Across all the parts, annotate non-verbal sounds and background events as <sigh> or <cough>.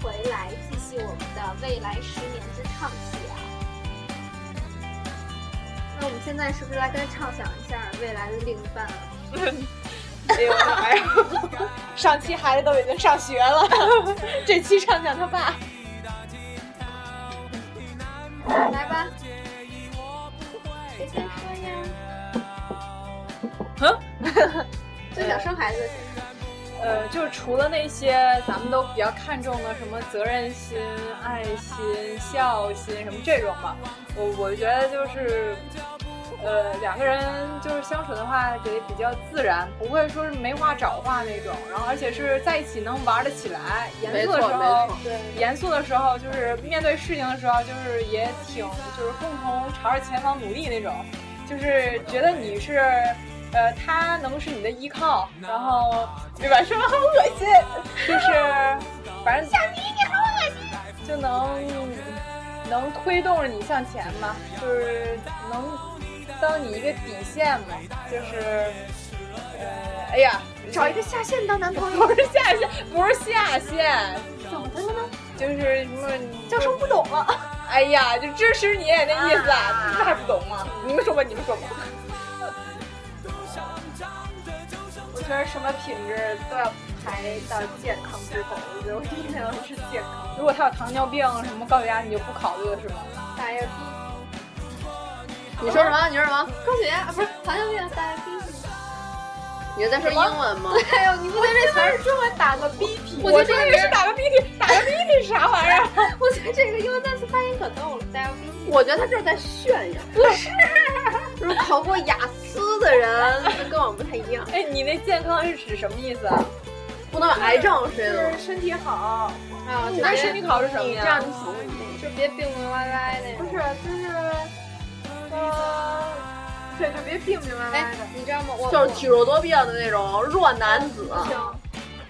回来继续我们的未来十年之畅想。那我们现在是不是来跟畅想一下未来的另一半？哎呦，哎 <laughs> 呦，上期孩子都已经上学了， <laughs> 这期畅想他爸。来吧，谁先说呀？嗯， <laughs> 最想生孩子的是谁？呃，就是除了那些咱们都比较看重的什么责任心、爱心、孝心什么这种吧，我我觉得就是，呃，两个人就是相处的话得比较自然，不会说是没话找话那种，然后而且是在一起能玩得起来，严肃的时候。对，严肃的时候，就是面对事情的时候，就是也挺就是共同朝着前方努力那种，就是觉得你是，呃，他能是你的依靠，然后对吧？是不是很恶心？就是反正小迪你好恶心，就能能推动着你向前嘛，就是能当你一个底线嘛，就是呃，哎呀，找一个下线当男朋 <laughs> 友不。是下线，不是下线，怎么了呢？就是什么教授不懂了。哎呀，就支持你那意思，啊这还不懂吗？你们说吧，你们说吧。我觉得什么品质都要排到健康之后。我觉得我第一要是健康。如果他有糖尿病、什么高血压，你就不考虑了是吗？大爷逼！你说什么？你说什么？高血压啊，不是糖尿病，大爷逼！你是在说英文吗？哎呦，你不对这词儿，中文打个 B P，我我觉这得也是打个 B P，打个 B P 是啥玩意儿？我觉得这个英文单词发音可逗了，大爷逼！我觉得他就是在炫耀。不是，就是考过雅思的人就跟我们不太一样，哎，你那健康是指什么意思啊？不能把癌症就谁的是。身体好。啊，就那别身体考是什么你呀？这样就行了，你就别病病歪歪那不种。是，就是，呃，对，就别病病歪哎歪的。，你知道吗？我就是体弱多病的那种弱男子。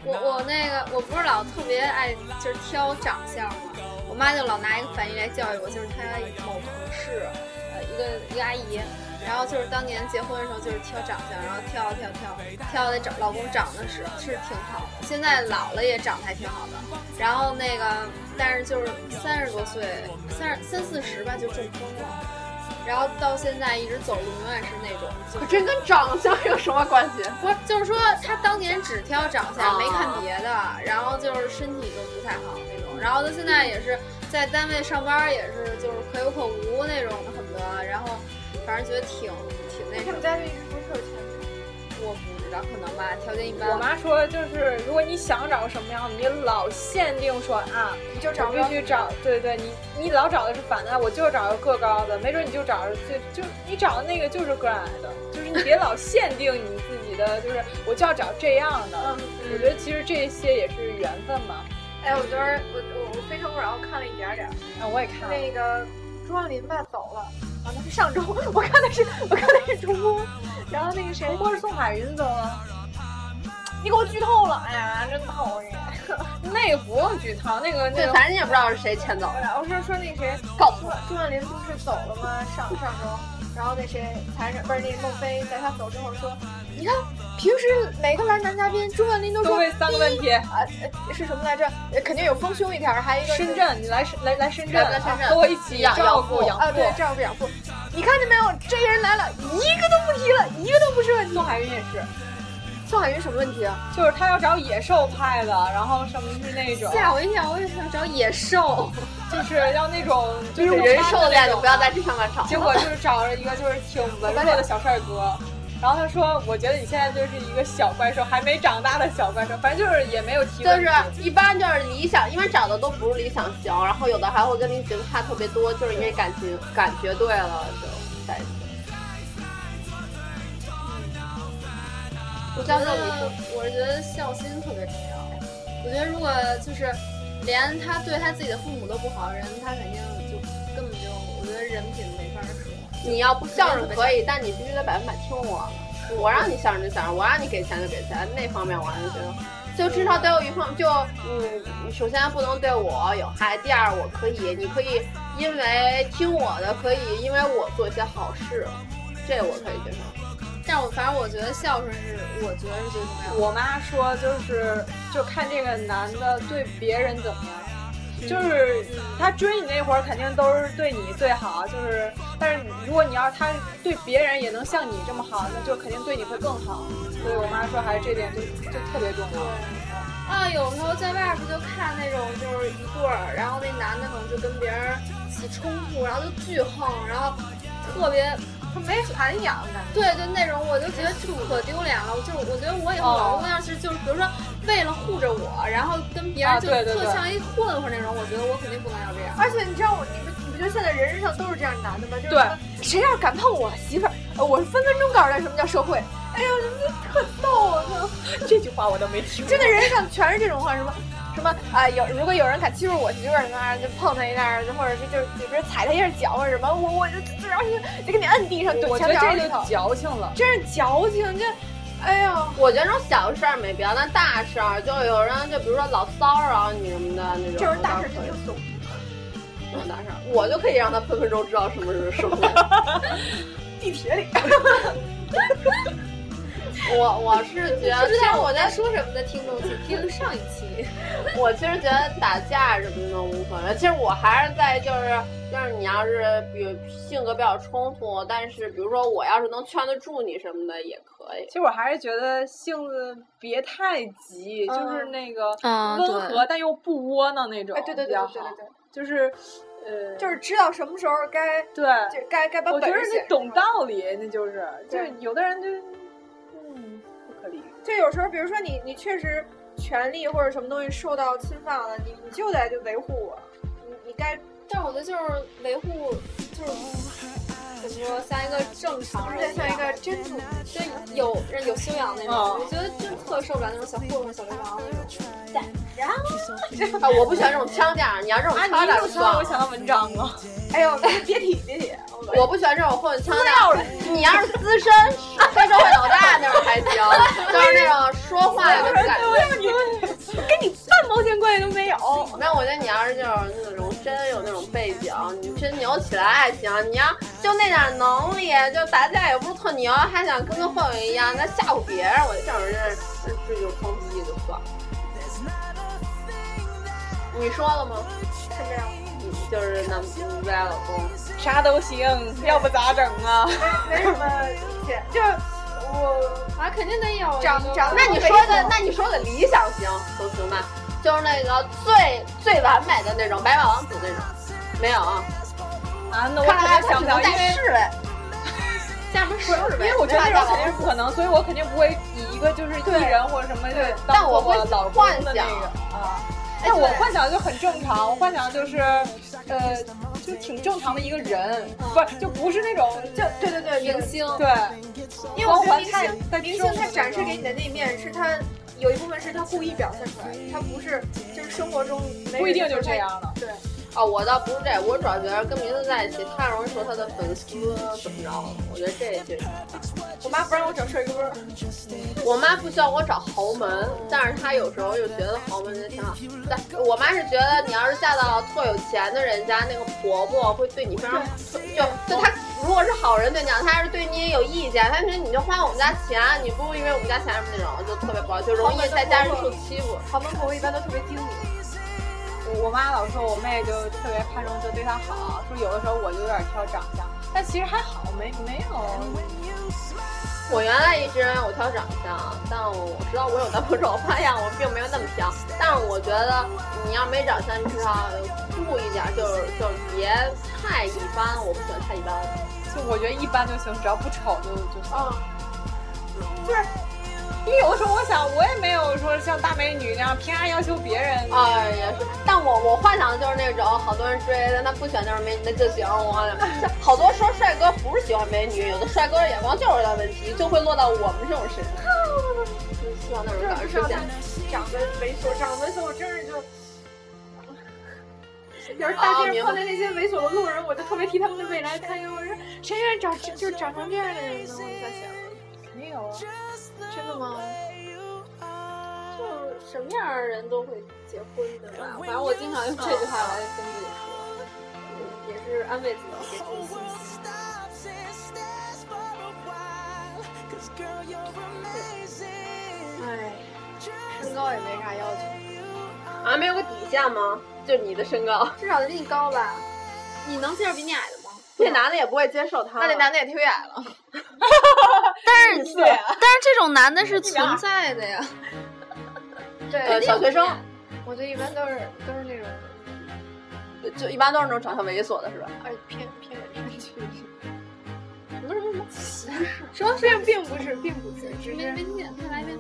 我我那个我不是老特别爱就是挑长相嘛，我妈就老拿一个反应来教育我，就是她某同事，呃，一个一个阿姨，然后就是当年结婚的时候就是挑长相，然后挑挑挑挑的找老公长得是是挺好的，现在老了也长得还挺好的，然后那个但是就是三十多岁，三十三四十吧就中风了，然后到现在一直走路永远是那种就是可这跟长相有什么关系？不是，就是说他当年只挑长相，啊没看别的，然后就是身体就不太好那种，然后他现在也是在单位上班，也是就是可有可无那种恨不得，啊然后反正觉得挺挺那什么，家就一直不是特有钱。我不知道，可能吧，条件一般。我妈说，就是如果你想找什么样的，你老限定说啊，你就我必须找，对对，你你老找的是反的，我就找个个高的，没准你就找着最就你找的那个就是个矮的，就是你别 <laughs> 老限定你自己的，就是我就要找这样的。我觉得其实这些也是缘分嘛。哎，我昨儿我我我《非诚勿扰》看了一点儿点儿，啊，我也看了，那个朱晓林吧走了，啊，那是上周，我看的是我看的是重播，然后那个谁不，过是宋海云走了。你给我剧透了，哎呀，真讨厌！ <laughs> 那个不用剧透，那个那对，个，咱也不知道是谁牵走的。然后说说那谁，狗朱朱晓林不是走了吗？上上周，然后那谁财神不是那个孟非，在他走之后说，你看平时每个来男嘉宾，朱晓林都都说会三个问题。啊呃是什么来着？呃肯定有丰胸一条，还有一个是深圳，你来深来来深圳，来深圳跟我一起养照养顾呃父养啊，父。对，照顾养父。你看见没有？这个人来了，一个都不提了，一个都不是问题。宋海云也是，宋海云什么问题啊？就是他要找野兽派的，然后什么是那种，哎吓我一跳，我也想找野兽，就是要那种就是人兽的恋就不要在这上面找。结果就是找了一个就是挺文弱的小帅哥，然后他说，我觉得你现在就是一个小怪兽，还没长大的小怪兽，反正就是也没有提就问题是一般就是理想，一般找的都不是理想型，然后有的还会跟理想差特别多，就是因为感情感觉对了就在一起。我觉得我是觉得孝心特别重要。我觉得如果就是连他对他自己的父母都不好，人他肯定就根本就，我觉得人品没法说。你要不孝顺可以，但你必须得百分百听我。我让你孝顺就孝顺，我让你给钱就给钱，那方面我还是觉得，就至少得有一方，就嗯，你首先不能对我有害，第二我可以，你可以因为听我的，可以因为我做一些好事，这我可以接受。但我反正我觉得孝顺是，我觉得是最重要的。我妈说就是就看这个男的对别人怎么样，就是嗯他追你那会儿肯定都是对你最好，就是但是如果你要是他对别人也能像你这么好，那就肯定对你会更好。所以我妈说还是这点就就特别重要。啊，有时候在外边就看那种就是一对儿，然后那男的可能就跟别人起冲突，然后就巨横，然后特别就没涵养感觉。对，就那种我就觉得这可丢脸了。我就是我觉得我以后老公哦要是就是比如说为了护着我，然后跟别人啊就对对对特像一混混那种，我觉得我肯定不能要这样。而且你知道我，你们你不觉得现在人身上都是这样男的吗？就是对说，谁要是敢碰我媳妇儿，呃我是分分钟告诉他什么叫社会。哎呦，特逗啊！这句话我都没听过。真的人上全是这种话，什么什么啊、有如果有人敢欺负我媳妇儿什么啊，就碰他一下儿，就或者是就是比如说踩他一下脚啊或者什么，我我就只要是就给你摁地上，我觉怼墙得角这里就头，矫情了。真是矫情，这，哎呦，我觉得这种小事儿没必要，但大事儿就有人就比如说老骚扰你什么的那种，这种大事儿可就以就怂。这种大事儿，我就可以让他分分钟知道什么是社 <laughs> 会。地铁里， <laughs> 我我是觉得，不知其实道我我在在，说什么的听众，请听上一期。我其实觉得打架什么的无所谓。其实我还是在就是就是你要是比如性格比较冲突，但是比如说我要是能劝得住你什么的也可以其。实我还是觉得性子别太急，就是那个 <laughs> 嗯温和但又不窝囊那种。哎，对对比对较对好对，对，就是呃，就是知道什么时候该对，就该该把我觉本得事写你出懂来道理，那就是就是对有的人就嗯不可理喻。就有时候，比如说你你确实权利或者什么东西受到侵犯了，你你就得就维护我，你你该但是我觉得就是维护，就是怎么说，像一个正常就人，像一个真主。哦就有有修养那种。嗯我觉得真特受不了那种小混混、小流氓那种。啊，我不喜欢这种腔调，你要这种啊，腔你一调就说让我算了。想到文章了，哎呦，别提别提，我不喜欢这种混腔要调，你要是资深黑社会老大那种还 <laughs> 行，就是那种说话就不敢说。跟你半毛钱关系都没有。没有，我觉得你要是就是那种真有那种背景，你真牛起来还行。你要就那点能力，就打架也不是特牛，还想跟个混混一样，那吓唬别人，我这种人是这就抨击就算了。你说了吗？什么呀？你就是男你未来老公，啥都行，要不咋整啊？没什么意见，就是我啊，肯定得有长长那你说的那你说的理想型都行吧，就是那个最最完美的那种白马王子那种，没有啊？啊，那我看来肯定他想只不能到，因带为侍卫。下面是因呗为。我觉得那种肯定是不可能，所以我肯定不会以一个就是艺人或者什么对当但我做会我老公的那个啊。哎但我幻想就很正常，我幻想就是，呃，就挺正常的一个人，嗯不是就不是那种就对对对，明星，对，嗯因为光我觉得环明太星太明重星他了展示那给种你的那一面是他有一部分是他故意表现出来的，他不是就是生活中没不一定人就说是这他样了。对。哦，我倒不是这，我主要觉得跟名字在一起太容易受他的粉丝怎么着了。我觉得这也挺。我妈不让我整帅哥，我妈不希望我找豪门，但是她有时候又觉得豪门就挺好。但我妈是觉得你要是嫁到特有钱的人家，那个婆婆会对你非常就就她如果是好人对你好，她要是对你有意见，她觉得你就花我们家钱，你不如因为我们家钱什么那种，就特别不好，就容易在家人受欺负。豪门婆婆一般都特别精明。我我妈老说我妹就特别看重，就对她好，说有的时候我就有点挑长相，但其实还好，没没有我原来一直我挑长相，但我知道我有男朋友之后，我发现我并没有那么挑。但是我觉得你要没长相，你至少顾一点，就是就是别太一般，我不喜欢太一般。就我觉得一般就行，只要不丑就就行。哦嗯，因为有的时候我想，我也没有说像大美女那样偏爱要求别人。啊、也是，但我我幻想的就是那种好多人追，但他不喜欢那种美女，那就行。我幻想，这好多说帅哥不是喜欢美女，有的帅哥的眼光就是有点问题，就会落到我们这种身上。就希 <laughs> 望那种就早是点出不像现他。长得猥琐，长得猥琐，我真是就。 <laughs> 要是大啊街上碰见那些猥琐的路人，我就特别替他们的未来担忧。我说，谁愿意长成就是长成这样的人呢？我在想，肯定有啊，真的吗？就什么样的人都会结婚的吧。反正我经常用这句话来跟自己说，也是安慰自己，给自己信心。哎，身高也没啥要求。啊，好像没有个底线吗？就你的身高，至少得比你高吧？你能接受比你矮的吗？ <laughs> 那男的也不会接受他。那那男的也忒矮了，但是但是这种男的是存在的呀。呃 <laughs> 对小学生，我觉得一般都是都是那种就一般都是那种长相猥琐的，是吧？呃偏偏远山区，什么什么什么 <laughs> 歧视？什么并并不是并不是，只没是没听见，再来一遍。嗯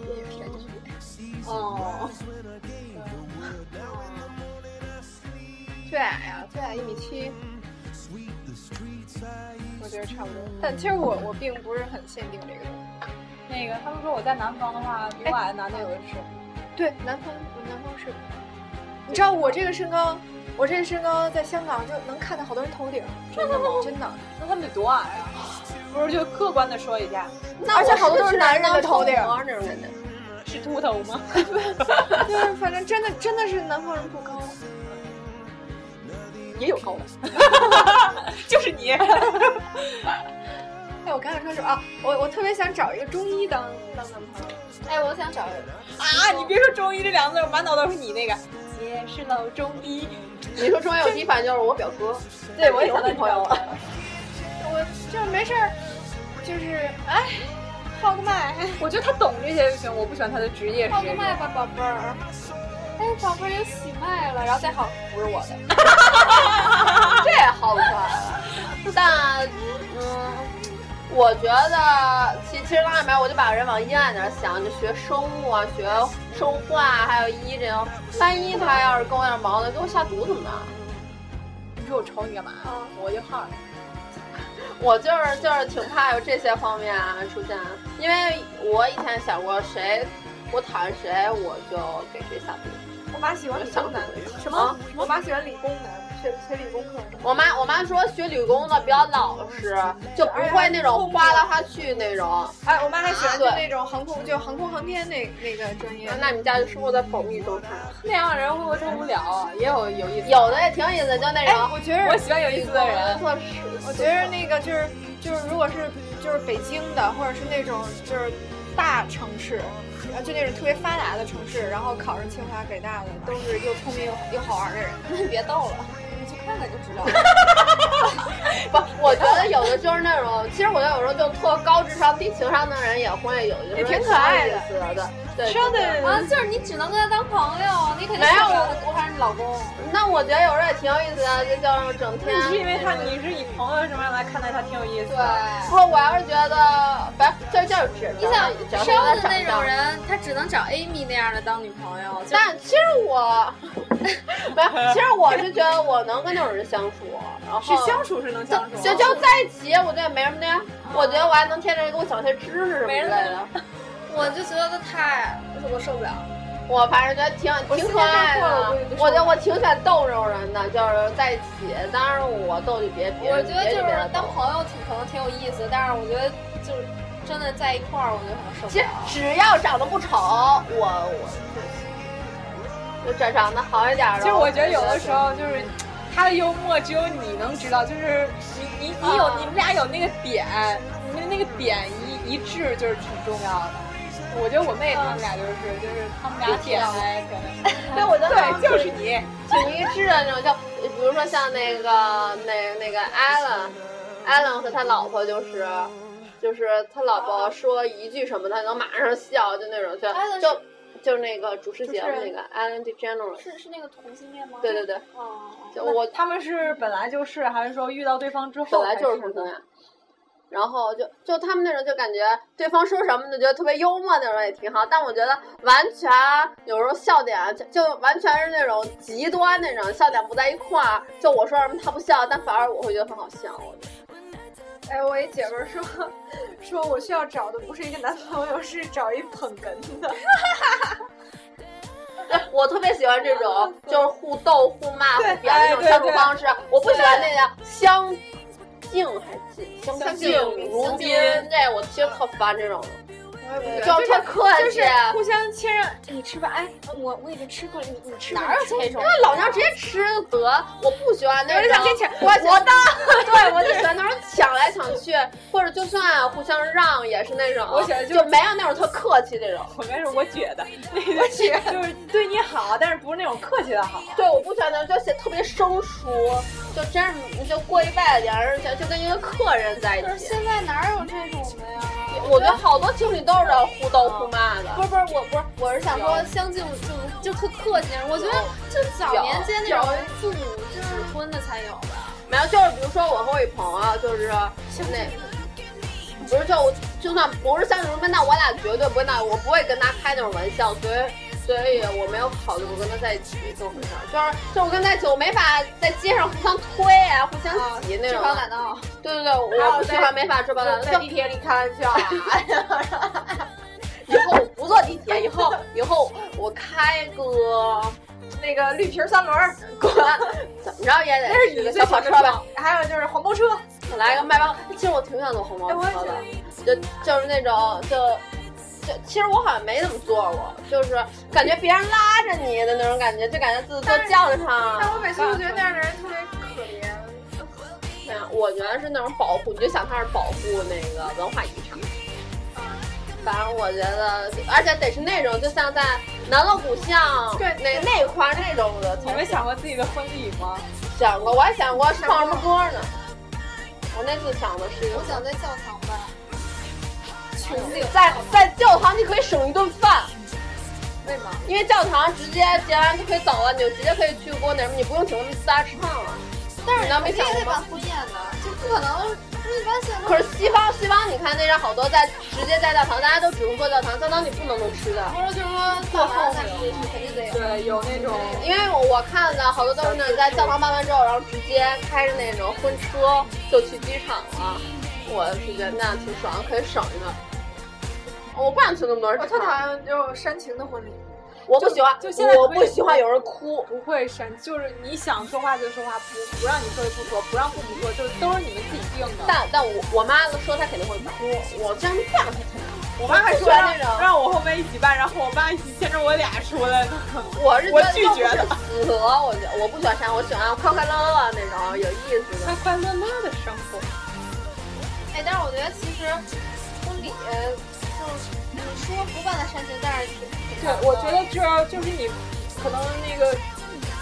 哦，最矮呀，最矮一米七。我觉得差不多。但其实我我并不是很限定这个东西。那个他们说我在南方的话，比我矮的男的有的是。对，南方我南方是，你知道我这个身高，我这个身高在香港就能看到好多人头顶，真的吗？<laughs> 真的，那他们得多矮啊？不如就客观的说一下，而且好多都是男人的头顶，啊那种感觉。是秃头吗？ <laughs> 就是反正真的真的是南方人不高，也有高的， <laughs> 就是你。哎，我刚想说什么啊？我我特别想找一个中医当当男朋友。哎，我想找一个啊！你别说中医这两个字，我满脑都是你那个。姐是老中医，你说中间有第一反应就是我表 <laughs> 哥，对我也有想到女朋友 <laughs> 了。我就是没事儿，就是哎，号个脉，我觉得他懂这些就行，我不喜欢他的职业是号这个种脉吧，宝贝儿。哎，宝贝儿有喜脉了，然后再好，不是我的。这也好不出来了。 <laughs> 但嗯，我觉得其其实刚才没有，我就把人往阴暗点儿想，就学生物啊，学生化啊，还有医这种。万一他要是跟我有点矛盾，给我下毒怎么办？你说我瞅你干嘛？我就号你。我就是就是挺怕有这些方面啊出现，因为我以前想过谁，我讨厌谁，我就给谁下毒。我妈喜欢我理想工过男，这个什么啊？我妈喜欢理工男，学学理工科的。我妈我妈说学理工的比较老实，就不会那种花来花去那种。哎，我妈还喜欢就对啊那种航空，就航空航天那那个专业。那你们家就生活在保密状态。那样的人会不会特无聊啊？也有有意思。有的也挺有意思，就那哎种，。我觉得我喜欢有意思的人。做事，我觉得那个就是就是，如果是就是北京的，或者是那种就是大城市，然后就那种特别发达的城市，然后考上清华北大的，都是又聪明又又好玩的人。 <laughs> 别 <laughs> 逗了，你去看看就知道了。不，我觉得有的就是那种，其实我觉得有时候就特高智商、低情商的人也会有一些也挺可爱的挺有意思的，对。真对的，啊，就是你只能跟他当朋友，你肯定没有不能我还是你老公。那我觉得有时候也挺有意思的，就就是整天你。是因为他，你是以朋友的身份来看待他，挺有意思对，的。不过我要是觉得，不是，就就是指着你想只要烧的他长那种相。人，他只能找 Amy 那样的当女朋友。就但其实我，没有，其实我是觉得我能跟那种人相处，然后是相处是能相处啊，就就在一起，我觉得也没什么的呀。我觉得我还能天天给我讲些知识什么之类的。我就觉得他太，我受不了。我反正觉得挺挺可爱的，啊我觉得我挺喜欢逗这种人的，就是在一起。当然我逗就别别，我觉得别就别是人当逗。朋友挺可能挺有意思，但是我觉得就是真的在一块儿，我觉得可能受不其实了。只要长得不丑，我我就长长得好一点的。其实我觉得有的时候就是他的幽默只有你能知道，就是你你你有啊你们俩有那个点，你们那个点一一致就是挺重要的。我觉得我妹他们俩就是就是他们俩点哎可能，但我的对就是你，挺一致的那种，就比如说像那个那那个 Allen。Allen 和他老婆就是，就是他老婆说一句什么，他能马上笑，就那种， Alan 就就就是那个主持节目主持那人个 Allen DeGeneres，是是那个同性恋吗？对对对，哦。就我他们是本来就是还是说遇到对方之后本来就是同性恋，然后就就他们那种就感觉对方说什么就觉得特别幽默那种也挺好，但我觉得完全有时候笑点就就完全是那种极端那种笑点不在一块儿，就我说什么他不笑，但反而我会觉得很好笑，我觉得哎，我一姐们儿说，说我需要找的不是一个男朋友，是找一捧哏的。哎 <laughs> 我特别喜欢这种就是互逗互骂互对表的这种哎相处对对方式，我不喜欢那个相敬还是敬相相敬敬如如宾宾，这我其实特烦这种的。我也不觉得就这客气就是互相谦让，你吃吧，哎，我我已经吃过了，你你吃吧哪有你吃吧这种？那老娘直接吃就得，我不喜欢那有人种。想给钱我我的，对我就喜欢那种抢来抢去，或者就算啊互相让也是那种，我喜欢就就是没有那种特客气那种。我没事，我觉得，我觉得就是对你好，但是不是那种客气的好。对，我不喜欢那种，就显得特别生疏，就真是你就过一辈子，两人就就跟一个客人在一就是起。现在哪有这种的呀？我觉得好多情侣都是这样互斗互骂的不。是不是，我不是，我是想说说，相敬就就特客气那种，我觉得就早有年间那种有父母指婚的才有吧。没有，就是比如说我和我一朋友，就是那，不是就就算不是相处分，那我俩绝对不会，那我不会跟他开那种玩笑，所以所以我没有考虑过跟他在一起这种回事儿，就是就是我跟他在一起，我没法在街上互相推啊，互相挤那吃种，饱懒闹，对对对，我不喜欢没法吃饱懒在就地铁里开玩笑，哎呀，以后我不坐地铁，以后以后我开个那个绿皮三轮儿， <laughs> 滚，怎么着也那得是是你个最小火跑车车吧吧，？还有就是黄包车，来个卖包。其实我挺想坐红包车的，就就是那种就就其实我好像没怎么坐过，就是感觉别人拉着你的那种感觉，就感觉自己坐轿子但上。我每次都觉得那样的人特别可怜。没有，我觉得是那种保护，你就想他是保护那个文化遗产。反正我觉得，而且得是那种，就像在南锣鼓巷对那那块儿那种的你才们想过自己的婚礼吗？想过，我还想过是放什么歌呢。我那次想的是一个我想在教堂吧，穹顶在在教堂你可以省一顿饭，为嘛？因为教堂直接结完就可以走了，你就直接可以去过那什么，你不用请他们仨吃饭了。但是你倒没肯定想也得过办吗？婚宴的，就不可能一般现在可是西方西方，你看那边好多在直接在教堂，大家都只用做教堂，教堂你不能弄吃的，不是就是说做饭在地里肯定得有。对，有那种因为我我看的好多都是那种在教堂办完之后，然后直接开着那种婚车就去机场了。我是觉得那样挺爽，可以省一顿。我不想去那么多人我吃特饭，讨厌就是煽情的婚礼，我不喜欢，就就现在我可以不喜欢有人哭。不会删，就是你想说话就说话，不不让你说就不说，不让父母说，就是都是你们自己定的。但但我我妈说她肯定会哭，我这样不让她哭。我妈还不说喜欢让那种让我后面一起办，然后我妈一起牵着我俩出来呢。我是我觉得拒又不绝是了死磕，我觉我不喜欢山，我喜欢快快乐乐那种有意思快的。快乐乐的生活，哎，但是我觉得其实婚礼呃就是你说不办的煽情，但是挺挺对难，的我觉得只有就是你可能那个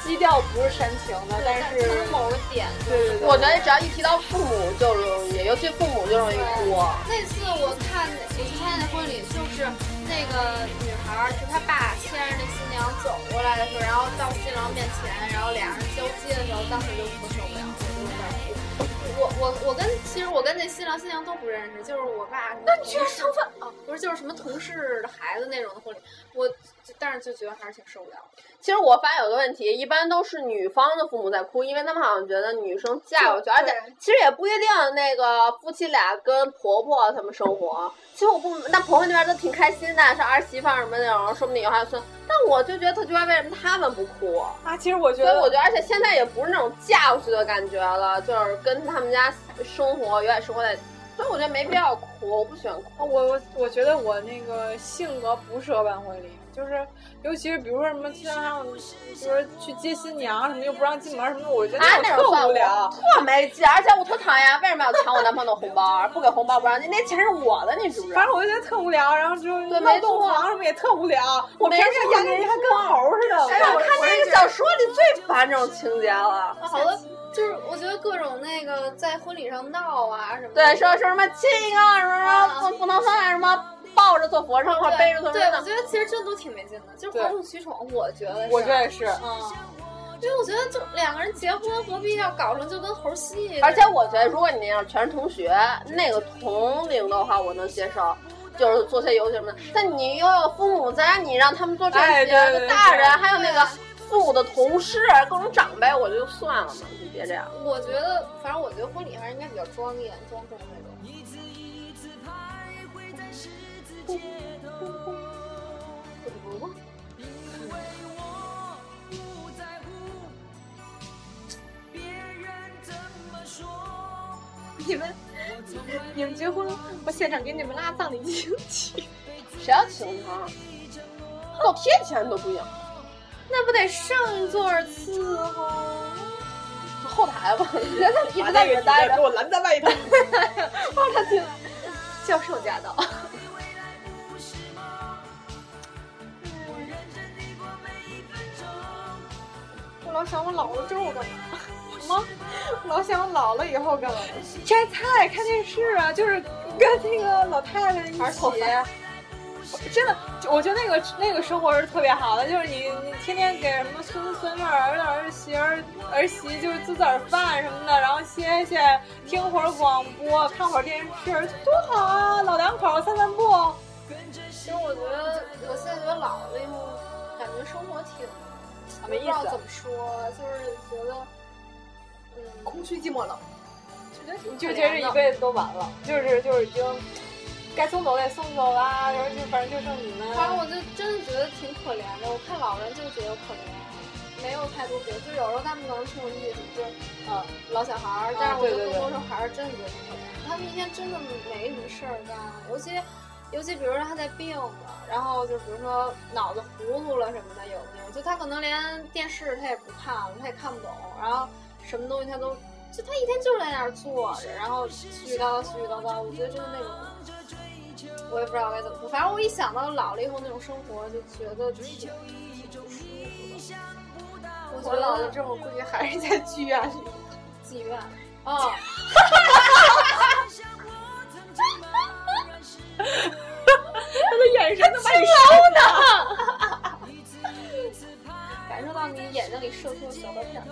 基调不是煽情的，对但但是可能某个点。对对对，我觉得只要一提到父母就容易，尤其父母就容易哭。那次我看我去参加那婚礼，就是那个女孩儿，就她爸牵着那新娘走过来的时候，然后到新郎面前，然后俩人交接的时候，当时就我受不了，我就有点哭。我我我跟其实我跟那新郎新娘都不认识，就是我爸什么同事。那居然相反啊？不是，就是什么同事的孩子那种的婚礼，我但是就觉得还是挺受不了的。其实我发现有个问题，一般都是女方的父母在哭，因为他们好像觉得女生嫁过去，而且其实也不一定那个夫妻俩跟婆婆他们生活。其实我不，那婆婆那边都挺开心的，是儿媳妇儿什么那种，说不定以后还有孙。但我就觉得特奇怪，为什么他们不哭？啊，其实我觉所以得，我觉得，而且现在也不是那种嫁过去的感觉了，就是跟他们家生活有点生活在，所以我觉得没必要哭，我不喜欢哭。我我我觉得我那个性格不适合办婚礼，就是尤其是比如说什么经常就是去接新娘什么又不让进门什么的，我觉得啊，种那种算特无我聊。特没劲，而且我特讨厌为什么要抢我男朋友的红包，不给红包不让进，那钱是我的，你知不知道反？正我就觉得特无聊，然后就对闹没洞错房什么也特无聊。我没平时错眼睛没还跟猴似的。哎哎，我我看我也那觉个得小说里最烦这种情节了。好多就是我觉得各种那个在婚礼上闹啊什么的。对，说说什么亲一个，什么什么不不能分，啊什么抱着坐佛上或者背着坐佛对，我上觉，得其实这都挺没劲的，就是哗众取宠，我觉得是。我觉得也是，嗯，因为我觉得就两个人结婚，何必要搞成就跟猴儿戏？而且我觉得，如果你那样全是同学，那个同龄的话，我能接受，就是做些游戏什么的。但你又有父母在，你让他们做这哎些，对对对大人对还有那个父母的同事、各种长辈，我就算了嘛，你别这样。我觉得，反正我觉得婚礼还是应该比较庄严、庄重那种。你们你们结婚，我现场给你们拉葬礼进行曲。谁要请他？到贴钱都不行，那不得上座伺候？就后台吧， <laughs> 你在那一一直在里面待着给，我拦在 <laughs> 外头。让他进来。教授驾 <laughs> 到，我老想我老了之后干嘛？老想老了以后干嘛？摘菜、看电视啊，就是跟那个老太太一起还是凑饭。真的，就我觉得那个那个生活是特别好的，就是你你天天给什么孙子孙女儿、儿子儿媳儿儿媳，就是做点饭什么的，然后歇歇，听会儿广播，看会儿电视，多好啊！老两口散散步，其实我觉得，我现在觉得老了以后，感觉生活挺没不意知道思怎。么说，就是觉得，嗯，空虚寂寞冷。就觉着一辈子都完了，就是就是已经该送走的也送走啦，然后就反正就剩你们。反正我就真的觉得挺可怜的。我看老人就觉得可怜，没有太多别的，就有时候他们能挺有意思，就是呃老小孩儿，但是我对觉得啊更对多对时候还是真的觉得挺可怜。他们一天真的没什么事儿干，尤其尤其比如说他在病了，然后就比如说脑子糊涂了什么的，有的那种，就他可能连电视他也不看了，他也看不懂，然后什么东西他都。就他一天就在那儿坐着，然后絮絮叨叨、絮絮叨叨，我觉得就是那种我也不知道该怎么说，反正我一想到老了以后那种生活，就觉得挺挺不舒服的。我觉我老了得之后估计还是在剧院里。妓院，哦，他的眼神都把你烧的。感受到你眼睛里射出的小刀片儿。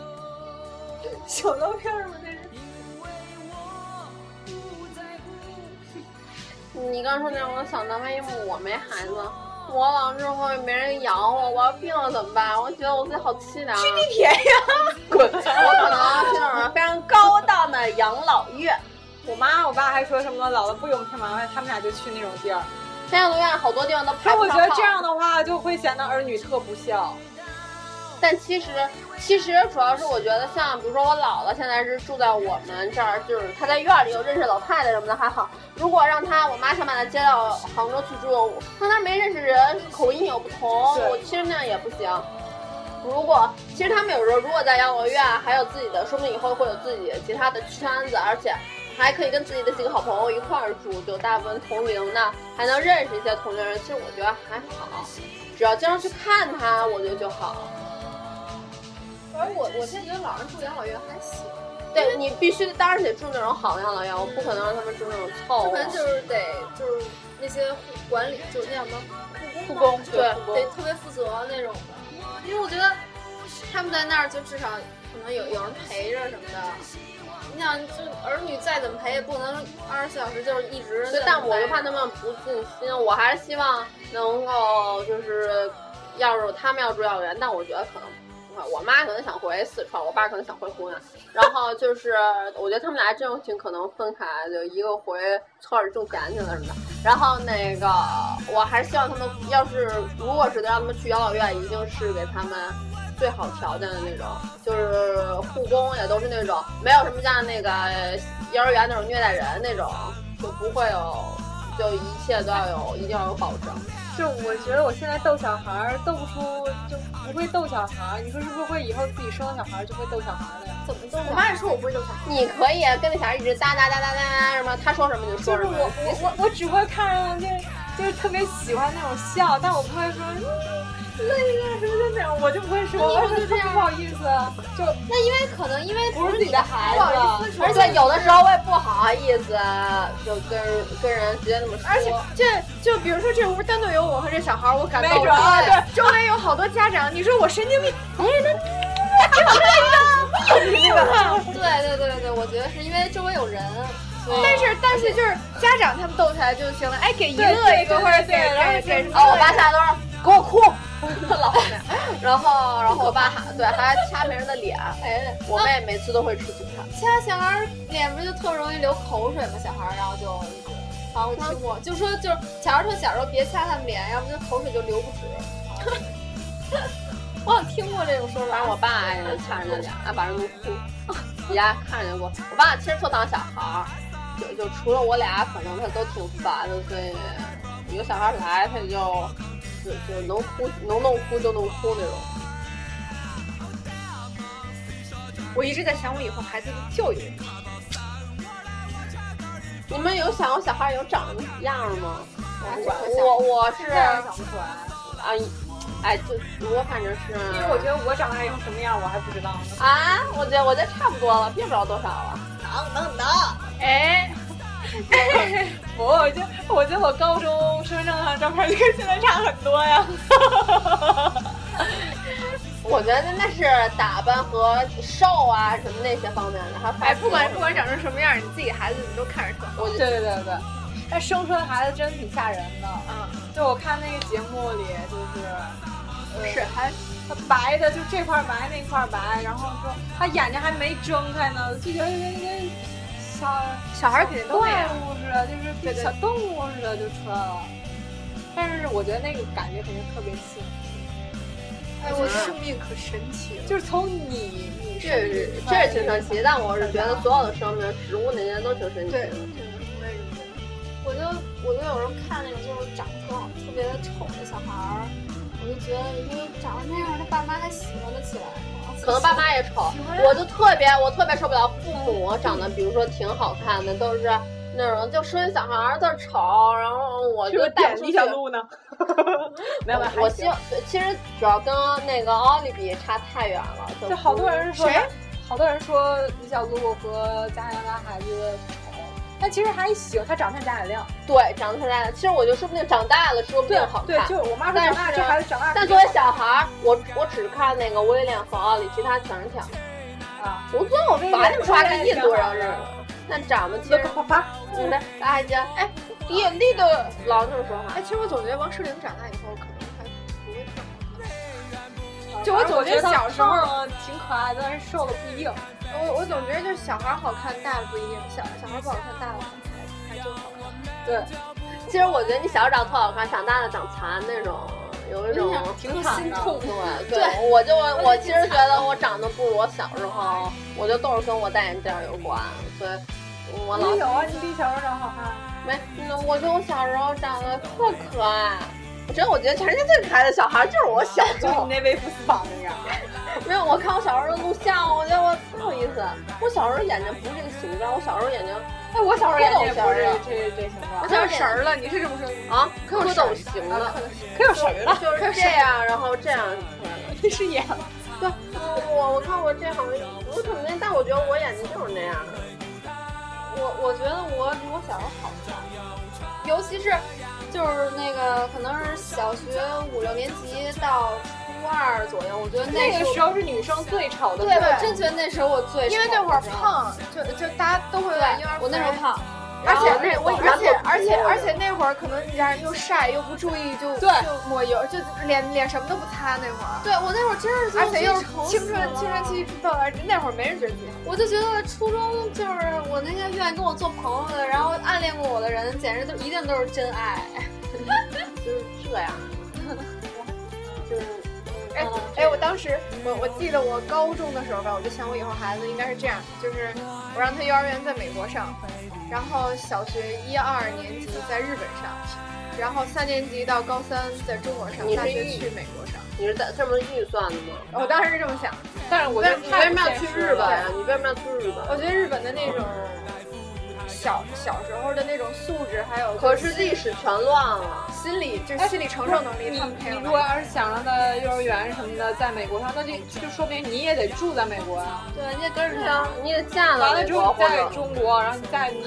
小刀片儿吗？这是你刚说那让我想到，万一我没孩子，我老了之后也没人养我，我要病了怎么办？我觉得我自己好凄凉啊。地铁呀！ <laughs> 滚！我可能啊去那种非常高档的养老院，我妈我爸还说什么老了不用添麻烦，他们俩就去那种地儿。现在养老院好多地方都排但不哎我上觉得号这样的话就会显得儿女特不孝。但其实，其实主要是我觉得，像比如说我姥姥现在是住在我们这儿，就是她在院里又认识老太太什么的还好。如果让她，我妈想把她接到杭州去住，她那儿没认识人，口音又不同，对我其实那样也不行。如果其实他们有时候如果在养老院还有自己的，说不定以后会有自己其他的圈子，而且还可以跟自己的几个好朋友一块儿住，就大部分同龄的，还能认识一些同龄人。其实我觉得还好，只要经常去看他，我觉得就好。反正我我现在觉得老人住养老院还行，对你必须当然得住那种好的养老院，我不可能让他们住那种他凑合们。就是得就是那些护管理，就是那叫什么护护工工吗，对护工得特别负责那种的。因为我觉得他们在那儿就至少可能有有人陪着什么的。嗯你想，就儿女再怎么陪，也不能二十四小时就是一直在那对儿，但我待就着怕他们不尽心，我还是希望能够就是，要是他们要住养老院，但我觉得可能不会。我妈可能想回四川，我爸可能想回湖南，然后就是我觉得他们俩这种情可能分开，就一个回村里种田去了什么的。然后那个我还是希望他们，要是如果是让他们去养老院，一定是给他们最好条件的那种，就是护工也都是那种没有什么像那个幼儿园那种虐待人那种，就不会有，就一切都要有，一定要有保证。就我觉得我现在逗小孩儿逗不出，就不会逗小孩儿。你说是不是会以后自己生了小孩儿就会逗小孩儿了呀？怎么动我妈也说我不会种菜，你可以跟那小孩一直哒哒哒哒哒什么，他说什么你就就说是什我么。我我我只会看就是就是特别喜欢那种笑，但我不会说嗯累了什么就那种，我就不会说，那你以我后就这就特样不好意思，啊就那因为可能因为不是自己的孩不好子。而且有的时候我也不好意思，就跟跟人直接那么说。而且这就比如说这屋单独有我啊和这小孩儿，我敢没保准儿啊证，对周围有好多家长，你说我神经病，哎，那对对对对，我觉得是因为周围有人，所以但是但是就是家长他们逗起来就行了，哎，给一对乐一对个对或者对给然后给给是哦然后哦我爸下来都是给我哭，老娘然后然后我爸还对还掐别人的脸，哎，我妹每次都会吃韭菜。掐小孩儿脸不就特容易流口水吗？小孩儿，然后就一嗯直，然后我听过，就说就是小孩儿说小时候别掐他们脸，要不就口水就流不止。我好像听过这种说反正法我，爸爱人掐人家脸，爱把人弄哭。 <laughs> 你家看着过，我爸其实特当小孩儿，就就除了我俩，反正他都挺烦的，所以有小孩来，他就就就能哭能弄哭就弄哭那种。我一直在想我以后孩子的教育，你们有想过小孩以后长什么样吗？我不管我想我我是现在想不出来，啊，哎，就我反正是，因为我觉得我长大以后什么样我还不知道呢。啊，我觉得我觉得差不多了，变不了多少了。哎，不，我就我觉得我高中身份证上照片就跟现在差很多呀。 <laughs> 我觉得那是打扮和瘦啊什么那些方面的，还有发哎，型不管不管长成什么样，你自己孩子你都看着特好。我对就对对对，但生出来孩子真挺吓人的。嗯，就我看那个节目里，就是。呃是还他白的就这块白那块白，然后说他眼睛还没睁开呢，就觉得跟跟小小孩肯定都那怪样。物似的，就是跟对对小动物似的就出来了。但是我觉得那个感觉肯定特别幸福，哎，我生命可神奇了。就是从你你这身体是出这来是挺神奇，但我是觉得所有的生命，植物那些 <laughs> 都挺神奇的。，对我也是这样。我就我就有时候看那种就是长得特好特别的丑的小孩儿，我就觉得因为长成那样，他爸妈还喜欢得起来吗？可能爸妈也丑，啊我就特别我特别受不了父母长得，比如说挺好看的，都是那种就生一小孩儿特丑，然后我是就不是带点出李去。小 <laughs> 璐呢？没有没有，我还希行。望其实主要跟那个奥利比差太远了，就好多人说啊谁，好多人说李小璐和贾海亮孩子丑，但呃其实还行，她长得像贾海亮。对长得太大了。其实我觉得说不定长大了说不定好看。对，就是我妈说但长大是这孩子长大肯定好看，但作为小孩儿，我我只看那个威廉和奥利，其他全是挺好看的。啊，我觉得我反正说还跟印度人似的，但长得其实啪啪啪，嗯，大还家哎，丽丽的，老啊这么说话哎，。其实我总觉得王诗龄长大以后可能还不会特好看。就我总觉得小时候挺可爱的，但是瘦了不硬。我我总觉得就是小孩儿好看，大的不一定；小小孩儿不好看，大的好看还真好看。对，其实我觉得你小时候长得特好看，长大了长残那种，有一种。哎挺惨的。对哎对，我就我其实觉得我长得不如我小时候，我觉得都是跟我戴眼镜儿有关，所以我老你有啊，你比小时候长好看。没，那我觉得我小时候长得特可爱。我真的，我觉得全世界最可爱的小孩就是我小时就是候你。那微服私访那样。 <laughs> 没有，我看我小时候的录像，我觉得我特有意思。我小时候眼睛不是这个形状，我小时候眼睛哎，我小时候眼睛也不是我小时候这这形我状，叫神儿了，你是这么说的啊吗？可有蝌神儿蚪形的，啊可有谁了？就是这样，然后这 <laughs> 样。近视眼。对，我我看过这好像我可能，但我觉得我眼睛就是那样的。我我觉得我比我小时候好看，尤其是就是那个可能是小学五六年级到初二左右，我觉得那那个时候。候是女生最丑的对，时候。我真觉得那时候我最因为丑那会儿你知道吗胖，就就大家都会对往婴儿，我那时候肥，胖，而且那我以前而都且而且我而且那会儿可能你家又晒又不注意就对就抹油，就脸脸什么都不擦那会儿，对我那会儿真是觉得而且又是丑死青春了青春期到来那会儿没人觉得自己好我就觉得初中就是我那些愿意跟我做朋友的，然后暗恋过我的人，简直都一定都是真爱。就是这样，就是哎哎，我当时我我记得我高中的时候吧，我就想我以后孩子应该是这样，就是我让他幼儿园在美国上，然后小学一二年级在日本上，然后三年级到高三在中国上你，是大学预去美国上。你是在这么预算的吗？我当时是这么想的，但是我觉得你为太什么要去现实日本了呀？你为什么要去日我本？觉得日本的那种小小时候的那种素质，还有可是历史全乱了。心理就是哎心理承受能力，你他们培你养如果要是想让他幼儿园什么的在美国上，那就就说明你也得住在美国啊。对，你也跟着对他啊，，你也嫁完了了美之国后或你在者中国，然后你在你，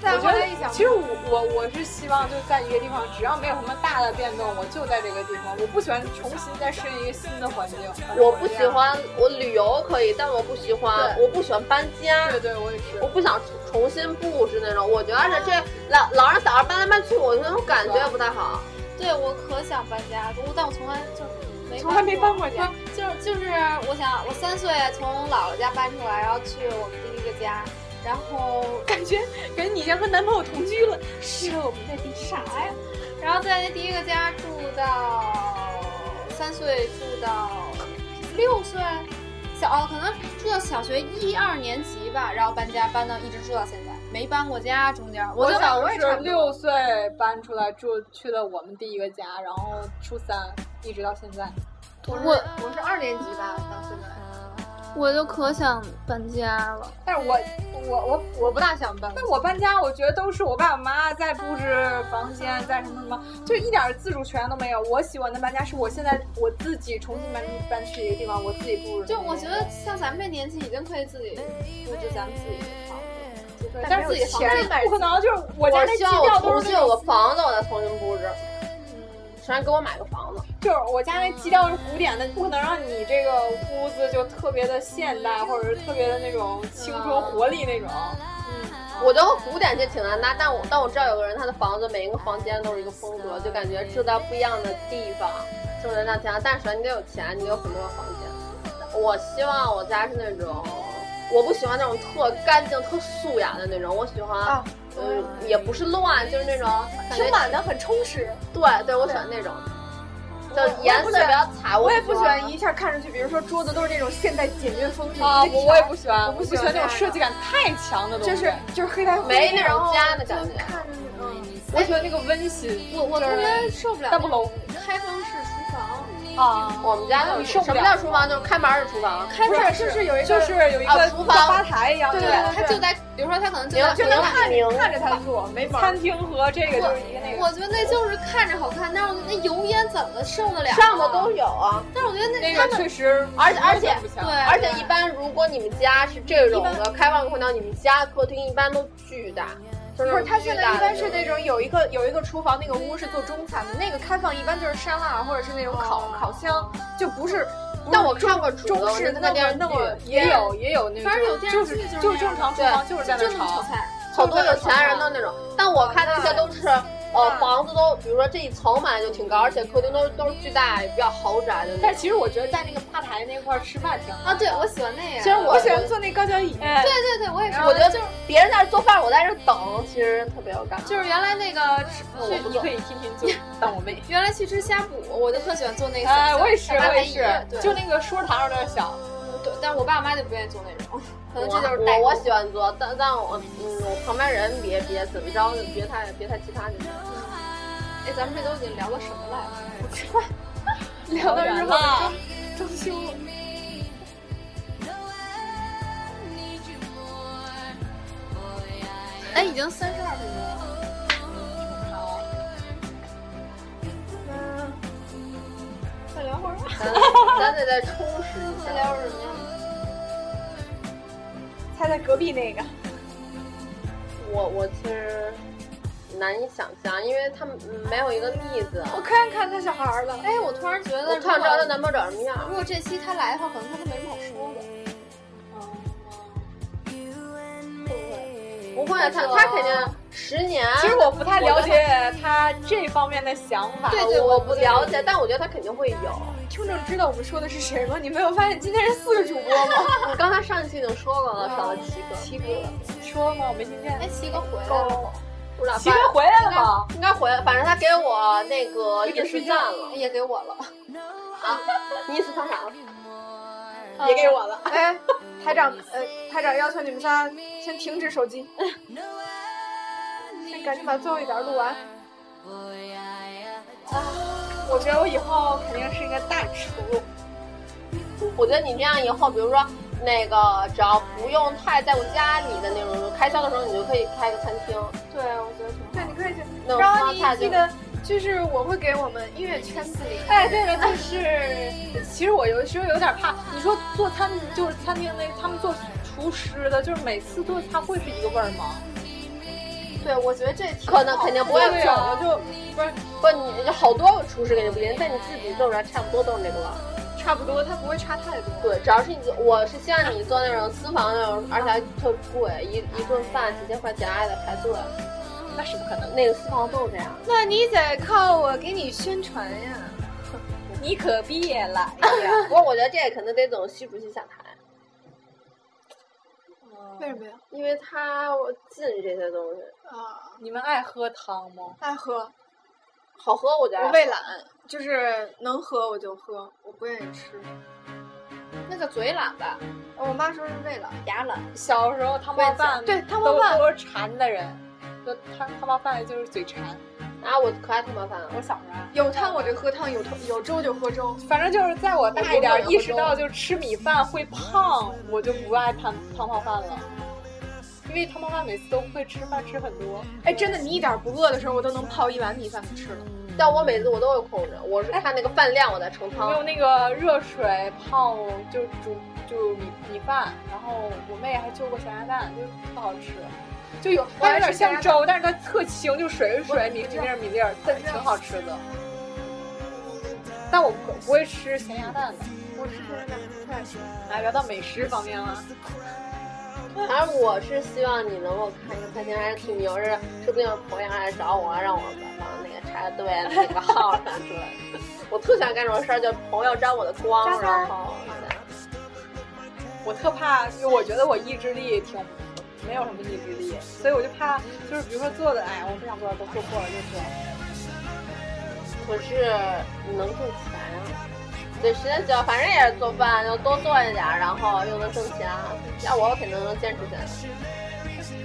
再我觉后来得一想，其实我我我是希望就在一个地方，只要没有什么大的变动，我就在这个地方，我不喜欢重新再适应一个新的环境。我不喜欢，我旅游可以，但我不喜欢，我不喜欢搬家，对对，我也是我。不想重新布置那种。我觉得这老老让小孩搬来搬去，我那种感觉不太好。对我可想搬家，不过但我从来就没从来没搬过家。不是就是就是，我想我三岁从姥姥家搬出来，然后去我们弟弟的家，然后感觉感觉你已经和男朋友同居了，是我们在地啥呀？然后在那第一个家住到三岁，住到六岁，呃小哦，可能住到小学一二年级吧，然后搬家搬到一直住到现在。没搬过家，中间我就小我也时差候不多六岁搬出来住，去了我们第一个家，然后初三一直到现在。我我是二年级吧，到现在。我就可想搬家了。但是我我我我不大想搬。那我搬家，我觉得都是我爸我妈在布置房间，在什么什么，就一点自主权都没有。我喜欢的搬家是我现在我自己重新搬搬去一个地方，我自己布置的那就种。我觉得像咱们这年纪已经可以自己布置咱们自己的房子了，对，但但没是有自己房钱间不可能，就是我家我那希基望我调都重是新那有个种，房子，我再重新布置。嗯首先给我买个房子，就是我家那基调是古典的，不可能让你这个屋子就特别的现代，或者是特别的那种青春活力那种。我觉得古典就挺难搭，但我但我知道有个人他的房子每一个房间都是一个风格，就感觉住在不一样的地方，就能让家。但是首先你得有钱，你得有很多个房间。我希望我家是那种，我不喜欢那种特干净、特素雅的那种，我喜欢，啊嗯，也不是乱，就是那种感觉挺满的，很充实。对对，我喜欢那种，就颜色比较彩。我我也不喜欢一一，下看上去，比如说桌子都是那种现代简约风啊，我我也不喜欢，我不喜喜欢欢那种这样设计感太强的东西，就是就是黑白灰没那然种后家的感觉就看着嗯，我喜欢那个温馨。我我就特是别受不了大不楼开放式厨房，啊，我们家就是受不什么了叫厨房？就是开门是厨房，不是就是有一个就是有一个啊厨像房吧台一样，对对他就在，比如说他可能就明在白就能看明着白看着他做，没门儿餐。厅和这个就是一个那个我觉得那就是看着好看，但是我那油烟怎么受得了？上的都，有啊。但是我觉得那那他个们确实，而且而且不强对，而且一般，如果你们家是这种的开放空调，你们家客厅一般都巨大，就不是，他巨现在大一的般是那种有一个有一个厨房，那个屋是做中餐的，那个开放一般就是沙拉啊或者是那种哦烤烤箱，就不是。不是但我看过煮的中式我就看那电么视剧那么也有也有那个，反正有电视就剧是就是就是那样正常厨对房就是在那就那么炒炒，菜，好多有钱人的那种。但我看那些都是，呃，那房子都，比如说这一层买就挺高，而且客厅都都是巨大，比较豪宅的那但种。其实我觉得在那个吧台那块儿吃饭挺好。啊，对我喜欢那样。其实我喜欢坐那高脚椅，哎，对对对，我也是，我觉得就是别人在这做饭，我在这等，其实特别有感觉。就是原来那个吃我不你做可以天天就当我妹。原来去吃呷哺，我就特喜欢做那个小小。哎，我也是，小吧我台也椅是，对，就那个桌堂有点小，对，但我爸妈就不愿意做那种，可能这就是代我沟我喜欢做，但但我嗯，我旁边人别别怎么着，别太别太其他人。哎，咱们这都已经聊到什么来了？聊到日后装修。哎，已经三十二分钟了。再聊会儿吧。咱咱得啊 <laughs> 再充实一再下。聊什么呀？猜猜隔壁那个，我我其实难以想象，因为他们嗯没有一个例子。我看看他小孩儿了。哎，我突然觉得，我如突然知道她果男朋友长什么样如。果这期他来的话，可能他都没什么好说的。不会，啊他他肯定十年。其实啊我不太了我觉解他这方面的想法，对得，对我我不了解，但我觉得他肯定会有。听众知道我们说的是谁吗？你没有发现今天是四个主播吗？我刚才上一期已经说过了，少了七个，七个，说吗？我没听见哎，。七哥回来够哦了，了。不知道。齐哥回来了吗？应该回来，反正他给我那个夜市赞了，也给我了。啊，你意思他啥了？也给我了。哎，台长，呃，台长要求你们仨先停止手 <laughs> 机，先赶紧把最后一点录完。哎啊我觉得我以后肯定是一个大厨。我觉得你这样以后，比如说那个，只要不用太在乎家里的那种开销的时候，你就可以开个餐厅，对，我觉得挺对，你可以去。那种然后川你菜就记得，就是我会给我们音乐圈子里，哎，对了，就是，其实我有时候有点怕。你说做餐就是餐厅那他们做厨师的，就是每次做菜会是一个味儿吗？对，我觉得这挺可能肯定不会对整。啊，就不是不，你就好多个厨师肯定不一样，但你自己做出来差不多都是那个味儿。差不多，它不会差太多。对，只要是你做，我是希望你做那种私房那种，而且还特贵，一一顿饭几千块钱还得排队。那是不可能。那个私房都是这样。那你得靠我给你宣传呀。你可别来，不过我觉得这也可能得等习主席下台，为什么呀？因为他禁这些东西，啊，你们爱喝汤吗？爱喝，好喝我觉我得。胃懒，就是能喝我就喝，我不愿意吃。那叫嘴懒吧，我妈说是为了牙懒。小时候汤包饭对汤包都饭都是馋的人，就汤汤包饭就是嘴馋。啊，我可爱汤包饭了。我小时候啊，有汤我就喝汤，有汤有粥就喝粥。反正就是在我大一我不点懂意识到就是吃米饭会胖，我就不爱汤汤泡饭了，因为汤泡饭每次都会吃饭吃很多。哎，真的，你一点不饿的时候，我都能泡一碗米饭吃了。但我每次我都会控制，我是看那个饭量我再盛汤。用那个热水泡就煮就米米饭，然后我妹还揪过咸鸭蛋，就不好吃，就有我它爱有点吃咸像鸭粥，但是它特清，就水是水，米是米粒儿米粒儿，但挺好吃的。但我不不会吃咸鸭蛋的。我吃咸鸭蛋不太喜欢。来哎聊到美食方面了，反正我是希望你能够看一个看清还是挺牛，是说不定有朋友来找我，让我帮那个插队啊那个号啥之类的。 <laughs> 我特喜欢干这种事儿，就朋友沾我的光，然后我特怕，就我觉得我意志力挺没有什么意志力，所以我就怕就是比如说做的，哎，我不想做的都做过了就做。可是你能挣钱啊。对，时间久了，反正也是做饭，就多做一点儿，然后又能挣钱。要我，我肯定能坚持下来。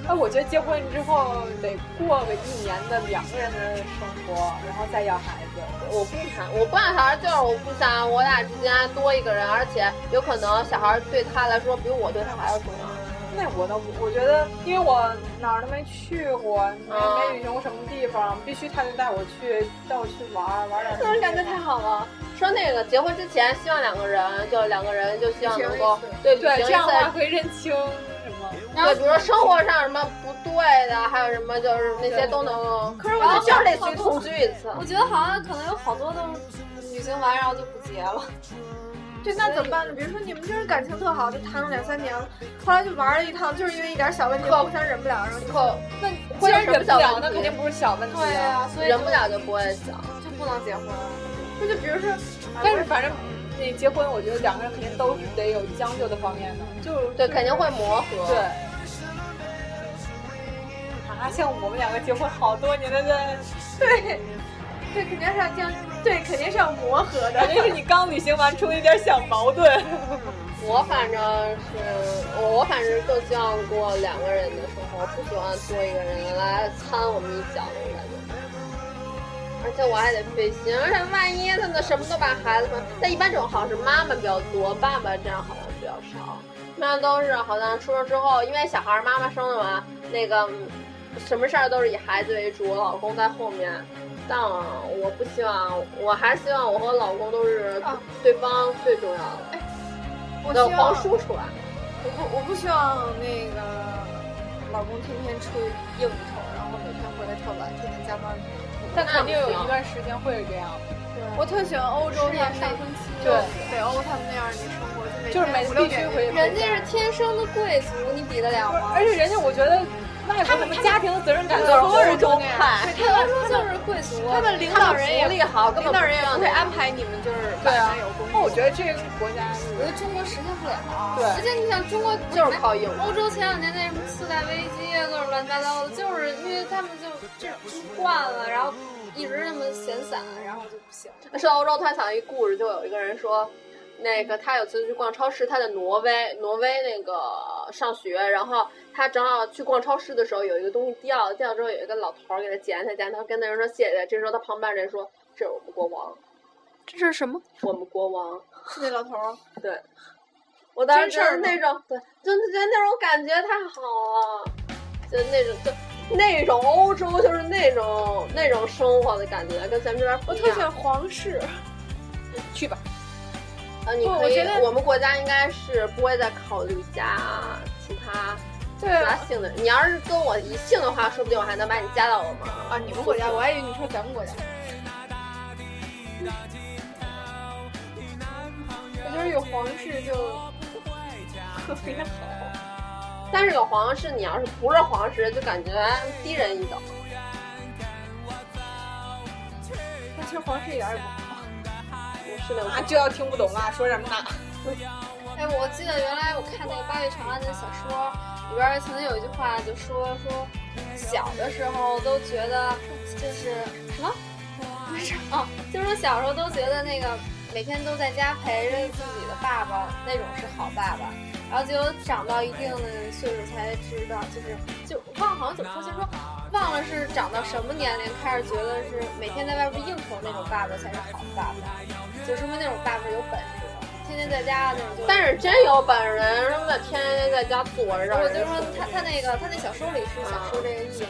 那我觉得结婚之后得过个一年的两个人的生活，然后再要孩子。我不想，我不想小孩，就是我不想我俩之间多一个人，而且有可能小孩对他来说比我对他还要重要。那我倒不，我觉得，因为我哪儿都没去过，啊没没旅行过什么地方，必须他就带我去，带我去玩儿， <laughs> 玩点个什人么。感觉太好了。说那个结婚之前，希望两个人就两个人就希望能够对啊旅对，行这一样的话次。会认清什么？然后对，比如说生活上什么不对的，还有什么就是那些都能够，可是我然后觉得就类似于同居一次。我觉得好像可能有好多都是旅行完然后就不结了。对，那怎么办呢？比如说你们就是感情特好，就谈了两三年了，后来就玩了一趟，就是因为一点小问题可互相忍不了，然后就可那会既有然什么忍不小了，问那题肯定不是小问题对啊。啊，所以忍不了就不会想。就不能结婚了。不就比如说，但是反正你结婚，我觉得两个人肯定都是得有将就的方面的，就对，肯定会磨合。对。啊，像我们两个结婚好多年的人，对，对，肯定是要这样，对，肯定是要磨合的。肯定是你刚旅行完出了一点小矛盾。我反正是我，我反正更希望过两个人的生活，不喜欢多一个人来掺我们一脚那种感觉。而且我还得费心，而且万一他那什么都把孩子们，但一般这种好像是妈妈比较多，爸爸这样好像比较少。一般都是好像出生之后，因为小孩儿妈妈生的嘛，那个嗯什么事儿都是以孩子为主，我老公在后面。但我不希望，我还是希望我和老公都是啊对方最重要的。我等希望黄，叔出 <laughs> 来，我不，我不希望那个老公天天出应酬，然后每天回来特晚，天天加班。 <laughs> 但肯定有一段时间会这样，我特喜欢欧洲他们那生期就对北欧他们那样的生活，就每就是每次必天五六须点回。人家是天生的贵族，你比得了吗？而且人家我觉得外国们家庭的责任感就是所有人欧都洲派，他们 <laughs> 说就是贵族啊他，们领他导们人福也，利好，根领本导人也不让不会他安排你们就是对晚啊上有工那作。我觉得这个国家我觉得中国实现不了。啊对而且你想，中国就是靠硬。欧洲前两年那什么次贷危机啊，各种乱七八糟的，就是因为他们就这惯了，然后一直那么闲散，然后就不行。说到欧洲，突然想到一故事，就有一个人说，那个他有次去逛超市，他在挪威，挪威那个上学，然后他正好去逛超市的时候，有一个东西掉了，掉了之后有一个老头儿给他捡起来，捡起来，他跟那人说谢谢。这时候他旁边人说：“这是我们国王，这是什么？我们国王。”是那老头儿，对，我当时真事觉得儿吗那种，对，就是觉得那种感觉太好了，就那种就那种欧洲，就是那种那种生活的感觉，跟咱们这边不我一特喜样。欢皇室。去吧。呃，你不可我以觉，得我们国家应该是不会再考虑加啊其他对啊啊其他姓的人。你要是跟我一姓的话，说不定我还能把你加到我们啊，你们国家，我还以为你说咱们国家。我觉得有皇室就特别好。但是有皇室，你要是不是皇室，就感觉低人一等。但其实皇室一点儿也不好我是的，啊，就要听不懂啦，说什么呢？哎，我记得原来我看那个《八月长安》的小说里边儿曾经有一句话就说说，小的时候都哦觉得就是什么，没事啊，就是说小时候都觉得那个每天都在家陪着自己的爸爸，那种是好爸爸。然后结果长到一定的岁数才知道，就是就忘了好像怎么说，就是说忘了是长到什么年龄开始觉得是每天在外边应酬那种爸爸才是好爸爸，就说明那种爸爸有本事，天天在家的那种就。但是真有本事，人家天天在家坐着，我就说他他那个他那小说里是想说这个意思。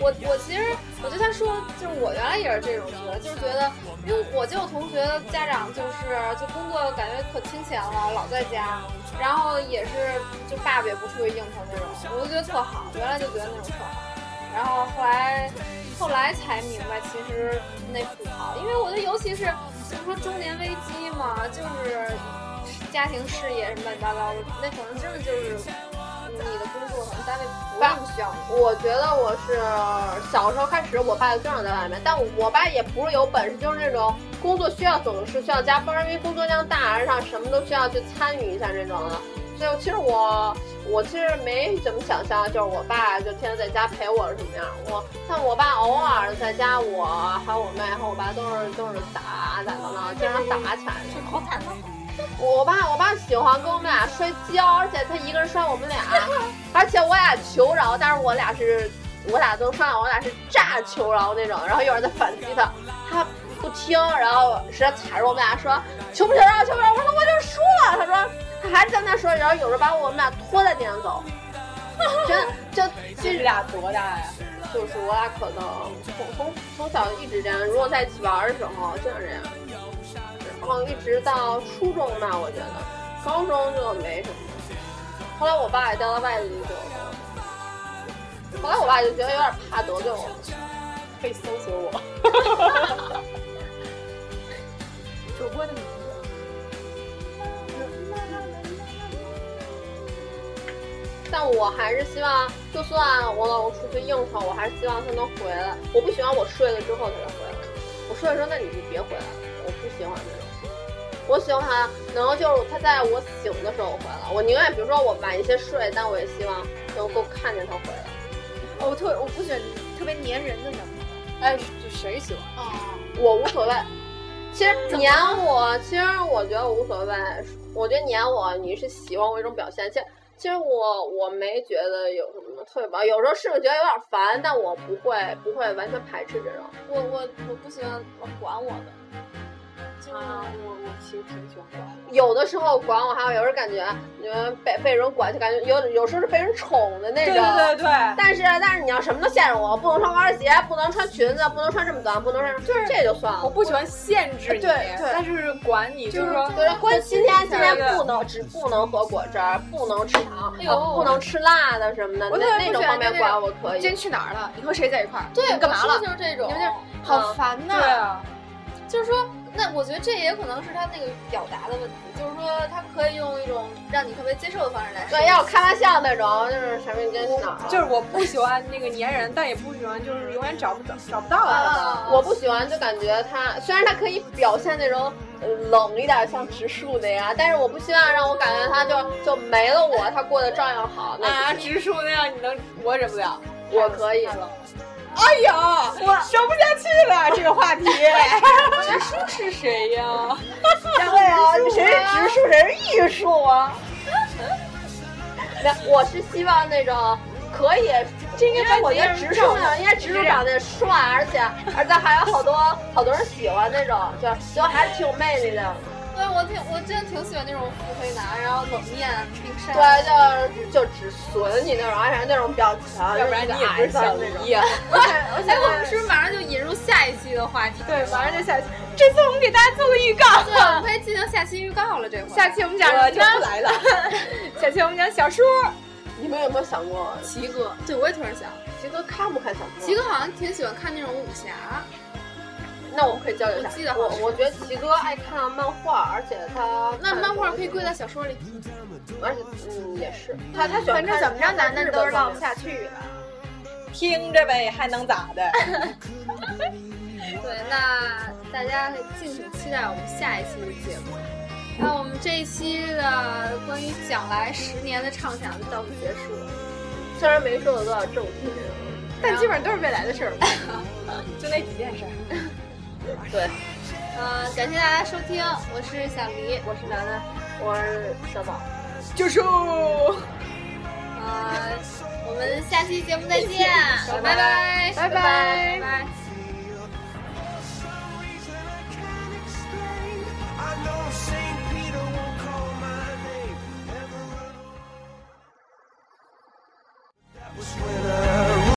我我其实我觉得他说就是我原来也是这种觉得，就是觉得因为我就有同学家长就是就工作感觉可清闲了，老在家，然后也是就爸爸也不出去应酬那种，我就觉得特好，原来就觉得那种特好，然后后来后来才明白其实那不好，因为我觉得尤其是就是说中年危机嘛，就是家庭事业什么乱七八糟的，那可能真的就是你的工作可能单位不那么需要你。我觉得我是小时候开始，我爸就经常在外面，但我爸也不是有本事，就是那种工作需要总是需要加班，因为工作量大，让什么都需要去参与一下这种的。所以其实我我其实没怎么想象，就是我爸就天天在家陪我是什么样。我像我爸偶尔在家，我还有我妹和我爸都是都是打打闹闹，经常打起来那种。好惨啊！我爸我爸喜欢跟我们俩摔跤，而且他一个人摔我们俩，而且我俩求饶，但是我俩是我俩都上，我俩是炸求饶那种，然后一会儿再反击他，他不听，然后实在踩着我们俩说求不求饶，求不求饶，我说我就说了，他说他还是在那说，然后有时候把我们俩拖在地上走， <laughs> 真这这俩多大呀？就是我俩可能从从从小一直这样，如果在一起玩的时候经常这样，然后一直到初中吧，我觉得高中就没什么。后来我爸也调到外地去了，后来我爸就觉得有点怕得罪我们，可以搜索我。主播的名字，但我还是希望，就算我老公出去应酬，我还是希望他能回来。我不喜欢我睡了之后他才回来，我睡了之后那你就别回来了，我不喜欢这种。我喜欢能够就是他在我醒的时候回来，我宁愿比如说我晚一些睡，但我也希望能够看见他回来。哦我特我不喜欢特别粘人的男朋友。哎，这谁喜欢？哦，我无 <laughs> 所谓。其实黏我，其实我觉得我无所谓。我觉得黏我，你是喜欢我一种表现。其实，其实我我没觉得有什么特别吧，有时候是觉得有点烦，但我不会不会完全排斥这种。嗯我我我不喜欢我管我的，就是、啊，我我其实挺喜欢他的。有的时候管我，还有有时候感觉，呃，被被人管就感觉有有时候是被人宠的那对种。对对对，但是但是你要什么都限制我，不能穿高跟鞋，不能穿裙子，不能穿这么短，不能穿这么，这就算了。我不喜欢限制你，对对但是管你，就是说，对，关今天今天对对不能只不能喝果汁儿，不能吃糖，哎呦呃不能吃辣的什么的，我那特别那不种喜方欢面就那管种我可以。今天去哪儿了？你和谁在一块儿？对，你干嘛我说了？就是这种，你们这好烦呐、啊，就是说，那我觉得这也可能是他那个表达的问题，就是说他可以用一种让你特别接受的方式来说。对，要开玩笑那种，就是什么你今天去哪儿了？就是我不喜欢那个粘人，但也不喜欢就是永远找不找找不到的。啊，我不喜欢，就感觉他虽然他可以表现那种呃冷一点，像植树那样，但是我不希望让我感觉他就就没了我，他过得照样好。那啊，不行植树那样你能，我忍不了。我可以太冷了。哎呀，我说不下去了，这个话题。 <laughs> 植树是谁呀？对啊，谁是植树，谁是艺术 <laughs> 啊？没有我是希望那种可以，这应该我觉得直树呢，应该直树长得帅，而且而且还有好多好多人喜欢那种，就就还是挺有魅力的。对我挺我真的挺喜欢那种腹黑男，然后冷面冰山。对，就是就只损你那种，而且那种比较强， <laughs> 要不然你也不矮是小啊那黎种。呀。而且我们是不是马上就引入下一期的话题？哦对，马上就下期，这次我们给大家做个预告。对，啊我们可以进行下期预告了。这回下期我们讲我什就么不呢？来了。 <laughs> 下期我们讲小说，你们有没有想过，奇哥，对我也突然想，奇哥看不看小说？奇哥好像挺喜欢看那种武侠，那我们可以交流一下。我记得好我像我觉得奇哥爱看漫画，而且他那看漫画可以归，到小说里。而且嗯也是，他他喜欢反正看怎么着，男的都是唠浪不下去了。啊听着呗，还能咋的？对，那大家可以敬请期待我们下一期的节目。那我们这一期的关于将来十年的畅想就到此结束了。虽然没说的都要正经。但基本上都是未来的事儿。就那几件事儿。对，呃，感谢大家收听，我是小黎，我是楠楠，我是小宝，就是呃，我们下期节目再见，拜拜拜拜拜。